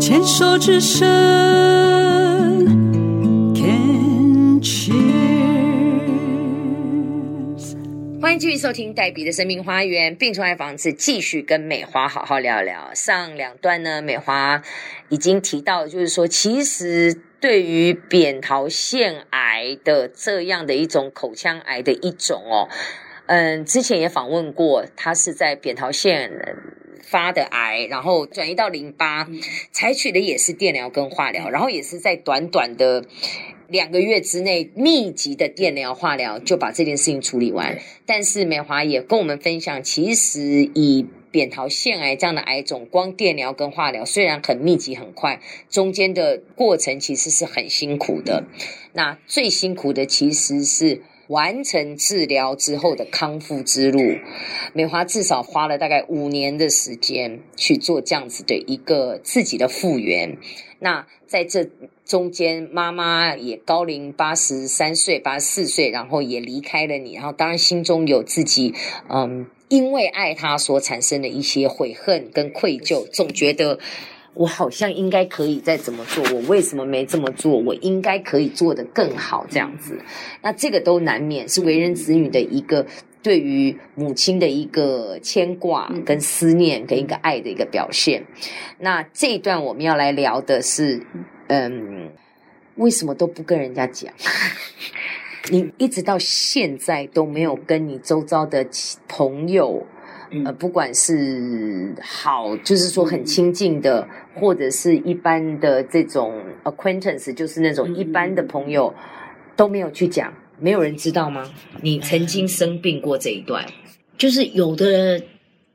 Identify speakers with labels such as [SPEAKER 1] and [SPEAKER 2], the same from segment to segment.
[SPEAKER 1] 牵手之声，Can cheers。
[SPEAKER 2] 欢迎继续收听黛比的生命花园病虫害防治，继续跟美花好好聊聊。上两段呢，美花已经提到，就是说，其实对于扁桃腺癌的这样的一种口腔癌的一种哦，嗯，之前也访问过，它是在扁桃腺发的癌，然后转移到淋巴，采取的也是电疗跟化疗，然后也是在短短的。两个月之内，密集的电疗、化疗就把这件事情处理完。但是美华也跟我们分享，其实以扁桃腺癌这样的癌种，光电疗跟化疗虽然很密集、很快，中间的过程其实是很辛苦的。那最辛苦的其实是完成治疗之后的康复之路。美华至少花了大概五年的时间去做这样子的一个自己的复原。那在这中间，妈妈也高龄八十三岁、八十四岁，然后也离开了你，然后当然心中有自己，嗯，因为爱他所产生的一些悔恨跟愧疚，总觉得我好像应该可以再怎么做，我为什么没这么做？我应该可以做得更好，这样子。那这个都难免是为人子女的一个对于母亲的一个牵挂、跟思念、跟一个爱的一个表现。那这一段我们要来聊的是，嗯，为什么都不跟人家讲？ 你一直到现在都没有跟你周遭的亲朋友，呃，不管是好，就是说很亲近的，或者是一般的这种 acquaintance，就是那种一般的朋友，都没有去讲，没有人知道吗？你曾经生病过这一段，
[SPEAKER 3] 就是有的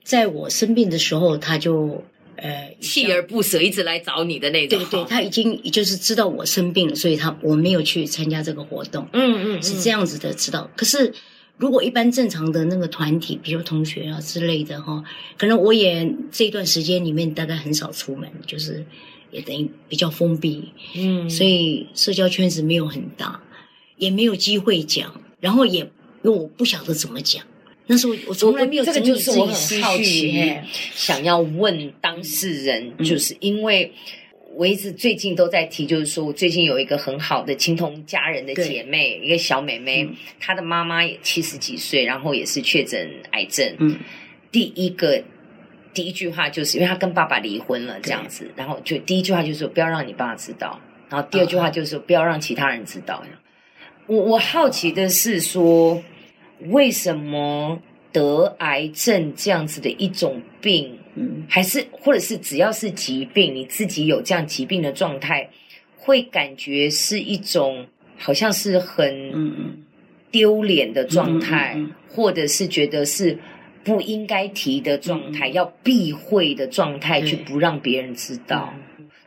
[SPEAKER 3] 在我生病的时候，他就呃
[SPEAKER 2] 锲而不舍，一直来找你的那种。
[SPEAKER 3] 对对，他已经就是知道我生病了，所以他我没有去参加这个活动，
[SPEAKER 2] 嗯嗯，
[SPEAKER 3] 是这
[SPEAKER 2] 样，
[SPEAKER 3] 样子的知道。可是如果一般正常的那个团体，比如同学啊之类的哈，可能我也这段时间里面大概很少出门，就是也等于比较封闭，
[SPEAKER 2] 嗯，
[SPEAKER 3] 所以社交圈子没有很大，也没有机会讲，然后也因为我不晓得怎么讲。那时候我从来没有
[SPEAKER 2] 这
[SPEAKER 3] 整
[SPEAKER 2] 个就
[SPEAKER 3] 理自
[SPEAKER 2] 是我
[SPEAKER 3] 己
[SPEAKER 2] 很
[SPEAKER 3] 思
[SPEAKER 2] 好
[SPEAKER 3] 绪
[SPEAKER 2] 奇、
[SPEAKER 3] 哎，
[SPEAKER 2] 想要问当事人，
[SPEAKER 3] 嗯
[SPEAKER 2] 就是因为我一直最近都在提，就是说我最近有一个很好的青铜家人的
[SPEAKER 3] 对
[SPEAKER 2] 姐妹，一个小妹妹，
[SPEAKER 3] 嗯
[SPEAKER 2] 她的妈妈也七十几岁，然后也是确诊癌症，
[SPEAKER 3] 嗯，
[SPEAKER 2] 第一个。第一句话就是因为她跟爸爸离婚了这样子，然后就第一句话就是说不要让你爸知道，然后第二句话就是说不要让其他人知道。我我好奇的是说，为什么得癌症这样子的一种病，
[SPEAKER 3] 嗯，
[SPEAKER 2] 还是或者是只要是疾病，你自己有这样疾病的状态，会感觉是一种好像是很
[SPEAKER 3] 嗯嗯，
[SPEAKER 2] 丢脸的状态，
[SPEAKER 3] 嗯嗯嗯
[SPEAKER 2] 或者是觉得是不应该提的状态，
[SPEAKER 3] 嗯嗯
[SPEAKER 2] 要避讳的状态，
[SPEAKER 3] 对嗯
[SPEAKER 2] 去不让别人知道。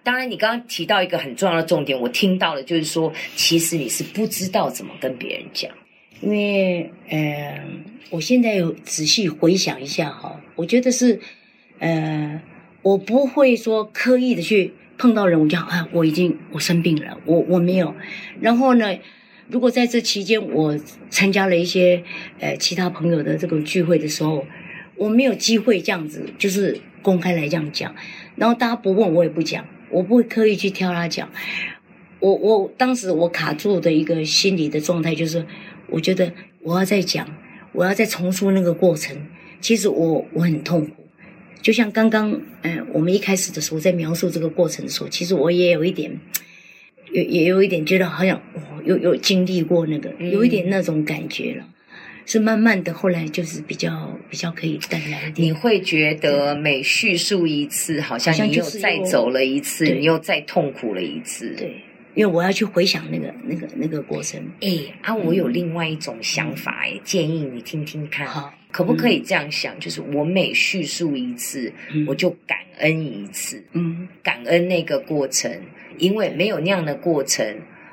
[SPEAKER 2] 当然，你刚刚提到一个很重要的重点，我听到了，就是说，其实你是不知道怎么跟别人讲。
[SPEAKER 3] 因为呃，我现在有仔细回想一下哈，我觉得是呃，我不会说刻意的去碰到人，我就想啊，我已经我生病了，我我没有。然后呢，如果在这期间我参加了一些呃其他朋友的这个聚会的时候，我没有机会这样子，就是公开来这样讲，然后大家不问我也不讲，我不会刻意去挑他讲。我我当时我卡住的一个心理的状态就是，我觉得我要再讲，我要再重塑那个过程。其实我我很痛苦，就像刚刚嗯、呃我们一开始的时候在描述这个过程的时候，其实我也有一点，有也有一点觉得好像哦，有有经历过那个，
[SPEAKER 2] 嗯
[SPEAKER 3] 有一点那种感觉了。是慢慢的，后来就是比较比较可以淡然一点。
[SPEAKER 2] 你会觉得每叙述一次，好像
[SPEAKER 3] 好像
[SPEAKER 2] 你又
[SPEAKER 3] 就是
[SPEAKER 2] 再
[SPEAKER 3] 又
[SPEAKER 2] 走了一次，
[SPEAKER 3] 对
[SPEAKER 2] 你又再痛苦了一次。，
[SPEAKER 3] 对，因为我要去回想那个那个那个过程。
[SPEAKER 2] 哎，啊，我有另外一种想法，哎，建议你听听看，
[SPEAKER 3] 嗯好，
[SPEAKER 2] 可不可以这样想？就是我每叙述一次，
[SPEAKER 3] 嗯
[SPEAKER 2] 我就感恩一次，
[SPEAKER 3] 嗯
[SPEAKER 2] 感恩那个过程，因为没有那样的过程。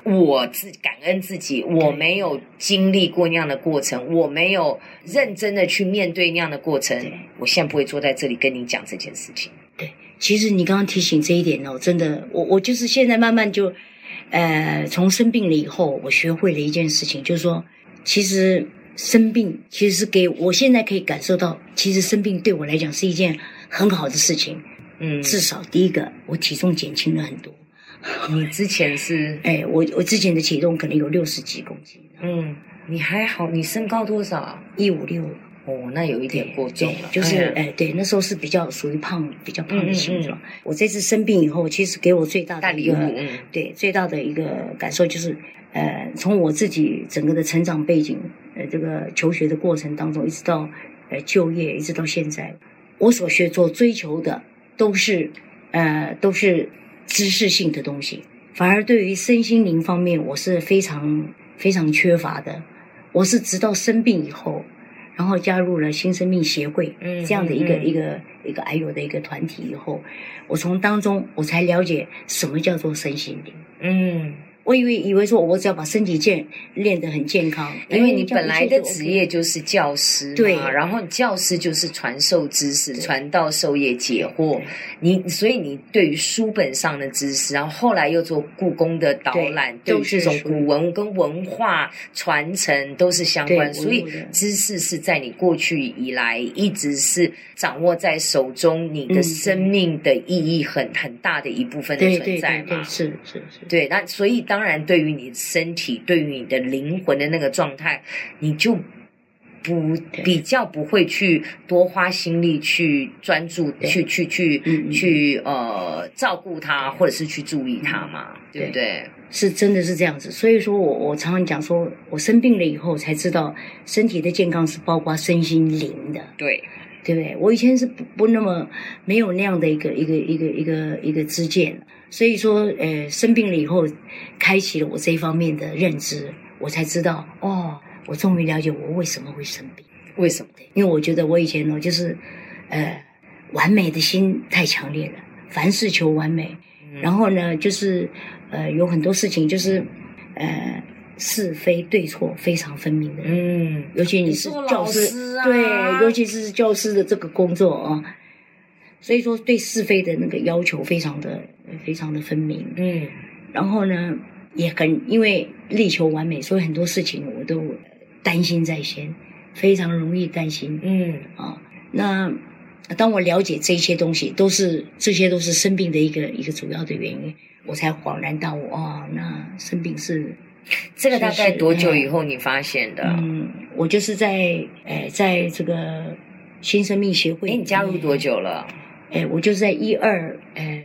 [SPEAKER 2] 我自感恩自己，我没有经历过那样的过程，我没有认真的去面对那样的过程
[SPEAKER 3] 对，
[SPEAKER 2] 我现在不会坐在这里跟你讲这件事情。
[SPEAKER 3] 其实你刚刚提醒这一点哦，真的，我我就是现在慢慢就，呃，从生病了以后，我学会了一件事情，就是说，其实生病其实是给我现在可以感受到，其实生病对我来讲是一件很好的事情。
[SPEAKER 2] 嗯，
[SPEAKER 3] 至少第一个，我体重减轻了很多。
[SPEAKER 2] 你之前是，
[SPEAKER 3] 哎，我我之前的体重可能有六十几公斤，
[SPEAKER 2] 嗯，你还好，你身高多少？
[SPEAKER 3] 一五六，
[SPEAKER 2] 哦，那有一点过重了，
[SPEAKER 3] 就是
[SPEAKER 2] 哎呀
[SPEAKER 3] 哎，对，那时候是比较属于胖，比较胖
[SPEAKER 2] 嗯嗯
[SPEAKER 3] 的形状。我这次生病以后，其实给我最大
[SPEAKER 2] 大
[SPEAKER 3] 的一
[SPEAKER 2] 礼物，
[SPEAKER 3] 个
[SPEAKER 2] 嗯
[SPEAKER 3] 对最大的一个感受就是，呃，从我自己整个的成长背景，呃，这个求学的过程当中，一直到呃就业，一直到现在，我所学所追求的都是呃都是知识性的东西，反而对于身心灵方面，我是非常非常缺乏的。我是直到生病以后，然后加入了新生命协会
[SPEAKER 2] 嗯
[SPEAKER 3] 这样的一个
[SPEAKER 2] 嗯嗯
[SPEAKER 3] 一个一个癌友的一个团体以后，我从当中我才了解什么叫做身心灵。
[SPEAKER 2] 嗯，
[SPEAKER 3] 我以为以为说我只要把身体健练得很健康，
[SPEAKER 2] 因为
[SPEAKER 3] 哎
[SPEAKER 2] 你
[SPEAKER 3] 这
[SPEAKER 2] 本
[SPEAKER 3] 样一
[SPEAKER 2] 来
[SPEAKER 3] 切
[SPEAKER 2] 的
[SPEAKER 3] 就 OK
[SPEAKER 2] 职业就是教师嘛，
[SPEAKER 3] 对
[SPEAKER 2] 然后教师就是传授知识、
[SPEAKER 3] 对
[SPEAKER 2] 传道授业解惑
[SPEAKER 3] 对。
[SPEAKER 2] 你所以你对于书本上的知识，然后后来又做故宫的导览，对
[SPEAKER 3] 对都
[SPEAKER 2] 于这
[SPEAKER 3] 是
[SPEAKER 2] 种
[SPEAKER 3] 属于
[SPEAKER 2] 古文物跟文化传承都是相关，
[SPEAKER 3] 对
[SPEAKER 2] 所以
[SPEAKER 3] 文物的
[SPEAKER 2] 知识是在你过去以来一直是掌握在手中，你的
[SPEAKER 3] 嗯
[SPEAKER 2] 生命的意义很很大的一部分的
[SPEAKER 3] 对
[SPEAKER 2] 存
[SPEAKER 3] 对
[SPEAKER 2] 在
[SPEAKER 3] 对
[SPEAKER 2] 嘛。
[SPEAKER 3] 对是是是，
[SPEAKER 2] 对，那所以当然，对于你身体，对于你的灵魂的那个状态，你就不
[SPEAKER 3] 对
[SPEAKER 2] 比较不会去多花心力去专注，
[SPEAKER 3] 对
[SPEAKER 2] 去去去、
[SPEAKER 3] 嗯嗯
[SPEAKER 2] 去呃照顾它，
[SPEAKER 3] 对
[SPEAKER 2] 或者是去注意它嘛，对不对？
[SPEAKER 3] 是真的是这样子。所以说我我常常讲说，我生病了以后才知道，身体的健康是包括身心灵的，
[SPEAKER 2] 对，
[SPEAKER 3] 对不对？我以前是不不那么没有那样的一个一个一个一个一个知见，所以说呃生病了以后，开启了我这一方面的认知，我才知道哦，我终于了解我为什么会生病。
[SPEAKER 2] 为什么？
[SPEAKER 3] 因为我觉得我以前呢，就是，呃，完美的心太强烈了，凡事求完美。
[SPEAKER 2] 嗯
[SPEAKER 3] 然后呢，就是，呃，有很多事情就是，呃，是非对错非常分明的人。
[SPEAKER 2] 嗯，
[SPEAKER 3] 尤其你是
[SPEAKER 2] 做
[SPEAKER 3] 教
[SPEAKER 2] 老
[SPEAKER 3] 师，
[SPEAKER 2] 师啊，
[SPEAKER 3] 对，尤其是教师的这个工作啊，所以说对是非的那个要求非常的非常的分明。
[SPEAKER 2] 嗯
[SPEAKER 3] 然后呢，也很因为力求完美，所以很多事情我都担心在先，非常容易担心。
[SPEAKER 2] 嗯
[SPEAKER 3] 啊。那当我了解这些东西，都是这些都是生病的一个一个主要的原因，我才恍然大悟哦，那生病是
[SPEAKER 2] 这个大概多久
[SPEAKER 3] 是
[SPEAKER 2] 以后你发现的？
[SPEAKER 3] 嗯，我就是在呃，在这个新生命协会，
[SPEAKER 2] 哎，你加入多？久了？
[SPEAKER 3] 哎，我就是在一二呃，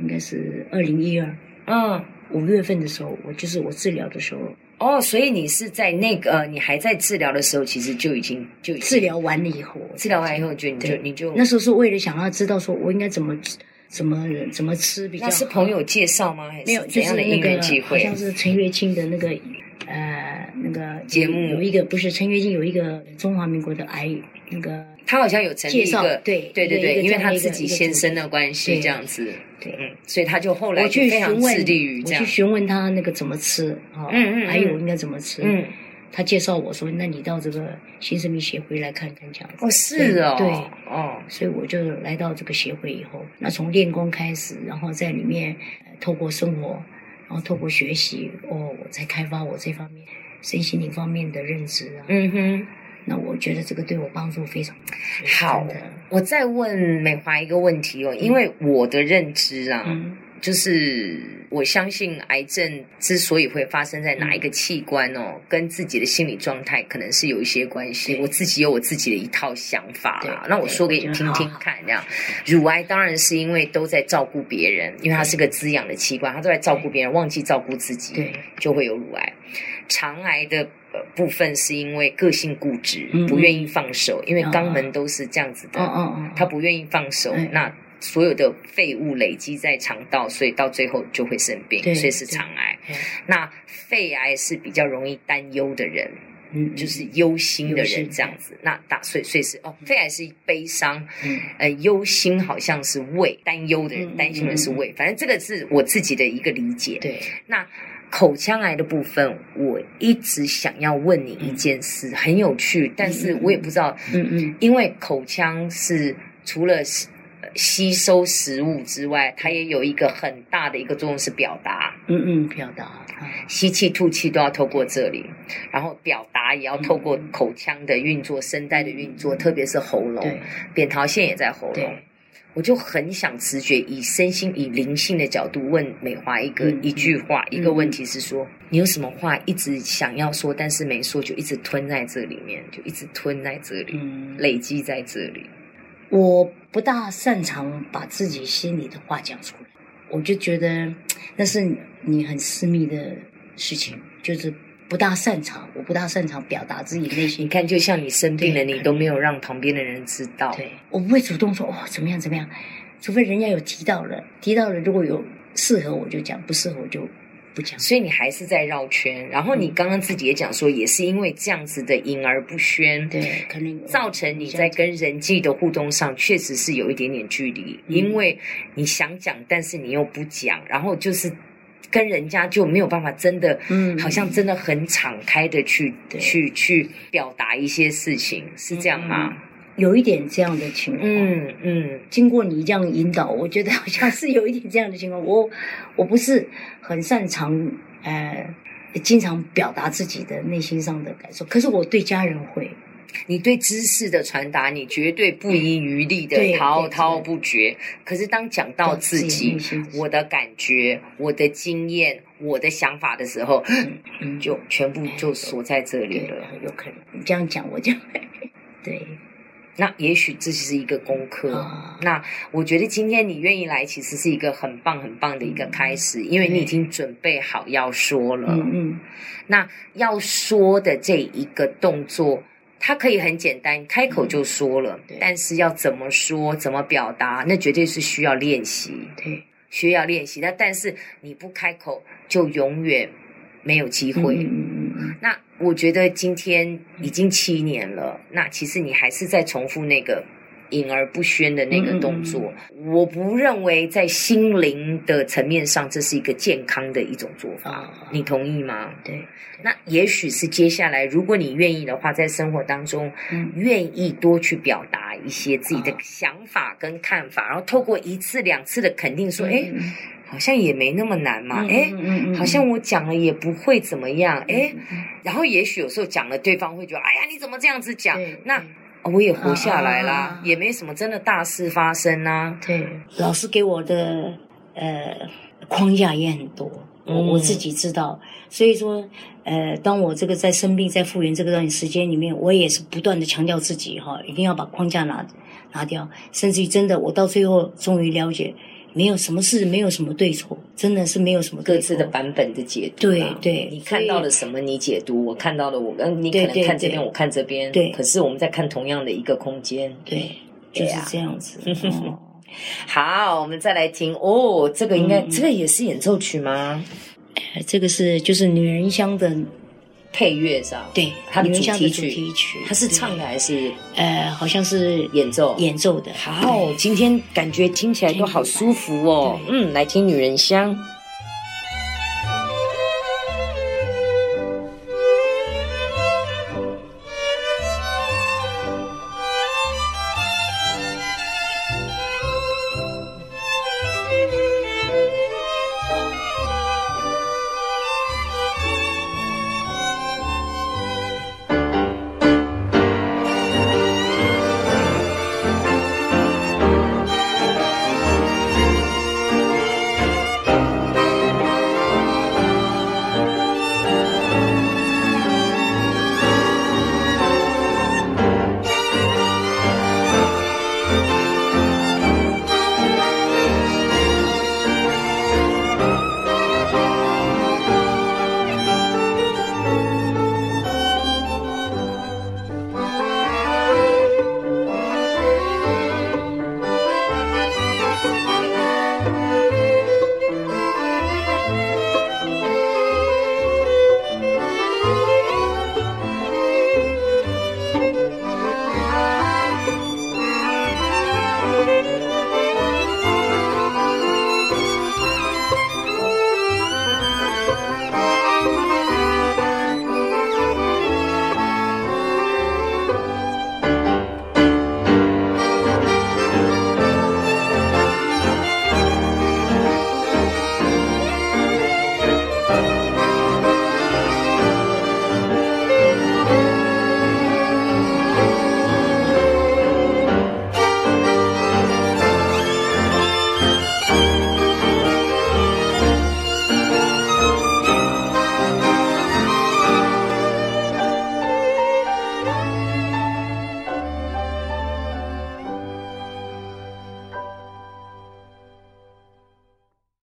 [SPEAKER 3] 应该是二零一二
[SPEAKER 2] 嗯。
[SPEAKER 3] 五月份的时候，我就是我治疗的时候，
[SPEAKER 2] 哦，所以你是在那个、呃、你还在治疗的时候，其实就已经就已经
[SPEAKER 3] 治疗完了以后，我才
[SPEAKER 2] 治疗完以后就你就
[SPEAKER 3] 对
[SPEAKER 2] 你就
[SPEAKER 3] 那时候是为了想要知道说我应该怎么怎么怎么吃比较
[SPEAKER 2] 那
[SPEAKER 3] 好。
[SPEAKER 2] 是朋友介绍吗？还是
[SPEAKER 3] 没有，
[SPEAKER 2] 怎
[SPEAKER 3] 就是
[SPEAKER 2] 样的
[SPEAKER 3] 那
[SPEAKER 2] 因
[SPEAKER 3] 个
[SPEAKER 2] 缘际
[SPEAKER 3] 好
[SPEAKER 2] 会
[SPEAKER 3] 像？是陈月清的那个呃那个
[SPEAKER 2] 节目
[SPEAKER 3] 有一个不是陈月清有一个中华民国的癌那个
[SPEAKER 2] 他好像有成立
[SPEAKER 3] 介
[SPEAKER 2] 一
[SPEAKER 3] 绍
[SPEAKER 2] 个
[SPEAKER 3] 对
[SPEAKER 2] 对对
[SPEAKER 3] 一个一
[SPEAKER 2] 因
[SPEAKER 3] 个
[SPEAKER 2] 为
[SPEAKER 3] 这样
[SPEAKER 2] 他
[SPEAKER 3] 的一
[SPEAKER 2] 自
[SPEAKER 3] 个
[SPEAKER 2] 己
[SPEAKER 3] 一个
[SPEAKER 2] 先
[SPEAKER 3] 组
[SPEAKER 2] 生的关系
[SPEAKER 3] 对
[SPEAKER 2] 这样子，
[SPEAKER 3] 对。
[SPEAKER 2] 嗯，所以他就后来
[SPEAKER 3] 我
[SPEAKER 2] 就
[SPEAKER 3] 去
[SPEAKER 2] 非
[SPEAKER 3] 询
[SPEAKER 2] 常
[SPEAKER 3] 问，
[SPEAKER 2] 致力于
[SPEAKER 3] 我
[SPEAKER 2] 这样
[SPEAKER 3] 去，询问他那个怎么吃啊，
[SPEAKER 2] 嗯嗯嗯
[SPEAKER 3] 还有应该怎么吃。
[SPEAKER 2] 嗯，
[SPEAKER 3] 他介绍我说，那你到这个新生命协会来看看这样子。
[SPEAKER 2] 哦是哦，
[SPEAKER 3] 对，
[SPEAKER 2] 哦，
[SPEAKER 3] 所以我就来到这个协会以后，那从练功开始，然后在里面、呃透过生活，然后透过学习，哦，我才开发我这方面身心灵方面的认知啊。
[SPEAKER 2] 嗯哼。
[SPEAKER 3] 那我觉得这个对我帮助非常大
[SPEAKER 2] 好
[SPEAKER 3] 真的
[SPEAKER 2] 我再问美华一个问题哦，因为我的认知啊，
[SPEAKER 3] 嗯
[SPEAKER 2] 就是我相信癌症之所以会发生在哪一
[SPEAKER 3] 嗯
[SPEAKER 2] 个器官哦，跟自己的心理状态可能是有一些关系。
[SPEAKER 3] 对
[SPEAKER 2] 我自己有我自己的一套想法啦，
[SPEAKER 3] 对
[SPEAKER 2] 那我说给
[SPEAKER 3] 对
[SPEAKER 2] 你
[SPEAKER 3] 我觉
[SPEAKER 2] 听
[SPEAKER 3] 得
[SPEAKER 2] 听看。这样，乳癌当然是因为都在照顾别人，因为它是个滋养的器官，它都在照顾别人，忘记照顾自己，
[SPEAKER 3] 对，
[SPEAKER 2] 就会有乳癌。肠癌的。呃部分是因为个性固执，
[SPEAKER 3] 嗯
[SPEAKER 2] 不愿意放手，因为
[SPEAKER 3] 嗯
[SPEAKER 2] 肛门都是这样子的，
[SPEAKER 3] 哦哦哦，
[SPEAKER 2] 他不愿意放手，
[SPEAKER 3] 嗯
[SPEAKER 2] 那所有的废物累积在肠道，所以到最后就会生病，
[SPEAKER 3] 对
[SPEAKER 2] 所以是肠癌。
[SPEAKER 3] 对
[SPEAKER 2] 那肺癌是比较容易担忧的人，
[SPEAKER 3] 嗯
[SPEAKER 2] 就是忧心的
[SPEAKER 3] 忧
[SPEAKER 2] 人
[SPEAKER 3] 心
[SPEAKER 2] 这样子。那打碎碎是哦，肺癌是悲伤，
[SPEAKER 3] 嗯
[SPEAKER 2] 呃，忧心好像是胃，担忧的人
[SPEAKER 3] 嗯
[SPEAKER 2] 担心的是胃，反正这个是我自己的一个理解。
[SPEAKER 3] 对
[SPEAKER 2] 那口腔癌的部分，我一直想要问你一件事，很有趣，但是我也不知道
[SPEAKER 3] 嗯嗯
[SPEAKER 2] 因为口腔是除了吸呃吸收食物之外，它也有一个很大的一个作用是表达，
[SPEAKER 3] 嗯嗯表达啊
[SPEAKER 2] 吸气、吐气都要透过这里，然后表达也要透过口腔的运作、声带的运作，特别是喉咙，
[SPEAKER 3] 对
[SPEAKER 2] 扁桃腺也在喉咙
[SPEAKER 3] 对。
[SPEAKER 2] 我就很想直觉以身心以灵性的角度问美华一个、
[SPEAKER 3] 嗯
[SPEAKER 2] 一句话、
[SPEAKER 3] 嗯
[SPEAKER 2] 一个问题是说，你有什么话一直想要说，但是没说，就一直吞在这里面，就一直吞在这里，
[SPEAKER 3] 嗯，
[SPEAKER 2] 累积在这里。
[SPEAKER 3] 我不大擅长把自己心里的话讲出来，我就觉得那是你很私密的事情，就是不大擅长，我不大擅长表达自己内心
[SPEAKER 2] 你。看，就像你生病了，
[SPEAKER 3] 对
[SPEAKER 2] 你都没有让旁边的人知道。
[SPEAKER 3] 对，我不会主动说哦怎么样怎么样，除非人家有提到了，提到了如果有适合我就讲，不适合我就不讲。
[SPEAKER 2] 所以你还是在绕圈。然后你
[SPEAKER 3] 嗯
[SPEAKER 2] 刚刚自己也讲说，也是因为这样子的隐而不宣，
[SPEAKER 3] 对，可能
[SPEAKER 2] 造成你在跟人际的互动上确实是有一点点距离，
[SPEAKER 3] 嗯
[SPEAKER 2] 因为你想讲，但是你又不讲，然后就是跟人家就没有办法真的。
[SPEAKER 3] 嗯
[SPEAKER 2] 好像真的很敞开的去
[SPEAKER 3] 对
[SPEAKER 2] 去去表达一些事情，是这样吗？
[SPEAKER 3] 有一点这样的情况。
[SPEAKER 2] 嗯嗯
[SPEAKER 3] 经过你这样引导，我觉得好像是有一点这样的情况。我我不是很擅长呃，经常表达自己的内心上的感受，可是我对家人会，
[SPEAKER 2] 你对知识的传达，你绝对不遗余力的
[SPEAKER 3] 嗯对
[SPEAKER 2] 滔
[SPEAKER 3] 对
[SPEAKER 2] 滔
[SPEAKER 3] 对
[SPEAKER 2] 不绝。可是当讲到自己
[SPEAKER 3] 内，心
[SPEAKER 2] 我的感觉、我的经验、我的想法的时候，
[SPEAKER 3] 嗯
[SPEAKER 2] 就全部就锁在这里
[SPEAKER 3] 对
[SPEAKER 2] 了。
[SPEAKER 3] 有可能你这样讲我就对
[SPEAKER 2] 那也许这就是一个功课。
[SPEAKER 3] 啊
[SPEAKER 2] 那我觉得今天你愿意来，其实是一个很棒、很棒的一个开始，因为你已经准备好要说了。
[SPEAKER 3] 嗯嗯
[SPEAKER 2] 那要说的这一个动作，它可以很简单，开口就说了，
[SPEAKER 3] 嗯对
[SPEAKER 2] 但是要怎么说、怎么表达，那绝对是需要练习，
[SPEAKER 3] 对
[SPEAKER 2] 需要练习。那但是你不开口，就永远没有机会。
[SPEAKER 3] 嗯嗯嗯嗯
[SPEAKER 2] 那我觉得今天已经七年了，那其实你还是在重复那个隐而不宣的那个动
[SPEAKER 3] 嗯
[SPEAKER 2] 作。我不认为在心灵的层面上，这是一个健康的一种做
[SPEAKER 3] 嗯
[SPEAKER 2] 法。
[SPEAKER 3] 啊
[SPEAKER 2] 你同意吗？
[SPEAKER 3] 对
[SPEAKER 2] 那也许是接下来，如果你愿意的话，在生活当中
[SPEAKER 3] 嗯
[SPEAKER 2] 愿意多去表达一些自己的
[SPEAKER 3] 啊
[SPEAKER 2] 想法跟看法，然后透过一次两次的肯定，说：“
[SPEAKER 3] 嗯
[SPEAKER 2] 哎、
[SPEAKER 3] 嗯
[SPEAKER 2] 好像也没那么难嘛，
[SPEAKER 3] 嗯
[SPEAKER 2] 哎、
[SPEAKER 3] 嗯嗯嗯
[SPEAKER 2] 好像我讲了也不会怎么样，哎、
[SPEAKER 3] 嗯嗯
[SPEAKER 2] 然后也许有时候讲了，对方会觉得，哎呀，你怎么这样子讲
[SPEAKER 3] 对？
[SPEAKER 2] 那啊我也活下来啦，
[SPEAKER 3] 啊
[SPEAKER 2] 也没什么真的大事发生啊啦、
[SPEAKER 3] 对，老师给我的呃框架也很多，我、
[SPEAKER 2] 嗯
[SPEAKER 3] 我自己知道。所以说，呃，当我这个在生病、在复原这段时间里面，我也是不断的强调自己哈，一定要把框架拿拿掉，甚至于真的，我到最后终于了解，没有什么事，没有什么对错，真的是没有什么
[SPEAKER 2] 各
[SPEAKER 3] 对
[SPEAKER 2] 自
[SPEAKER 3] 错。
[SPEAKER 2] 的版本的解读
[SPEAKER 3] 哦对
[SPEAKER 2] 啦，
[SPEAKER 3] 对
[SPEAKER 2] 你
[SPEAKER 3] 所
[SPEAKER 2] 看
[SPEAKER 3] 以
[SPEAKER 2] 到了什么？你解读，我看到了我，嗯，你可
[SPEAKER 3] 对
[SPEAKER 2] 能看
[SPEAKER 3] 对
[SPEAKER 2] 这边，
[SPEAKER 3] 对
[SPEAKER 2] 我看这边，
[SPEAKER 3] 对
[SPEAKER 2] 可是我们在看同样的一个空间。
[SPEAKER 3] 对，
[SPEAKER 2] 对
[SPEAKER 3] 就是
[SPEAKER 2] 啊
[SPEAKER 3] 这样子。哦
[SPEAKER 2] 好，我们再来听哦，这个应该、
[SPEAKER 3] 嗯
[SPEAKER 2] 这个也是演奏曲吗？
[SPEAKER 3] 呃这个是就是女人香的，
[SPEAKER 2] 配乐是吧？，
[SPEAKER 3] 对，
[SPEAKER 2] 它的
[SPEAKER 3] 女人
[SPEAKER 2] 主
[SPEAKER 3] 香
[SPEAKER 2] 题
[SPEAKER 3] 的主
[SPEAKER 2] 曲
[SPEAKER 3] 题曲，
[SPEAKER 2] 它是唱的还是
[SPEAKER 3] 对呃，好像是
[SPEAKER 2] 演奏？
[SPEAKER 3] 演奏的。
[SPEAKER 2] 好，今天感觉听起来都好舒服哦。嗯，来听《女人香》。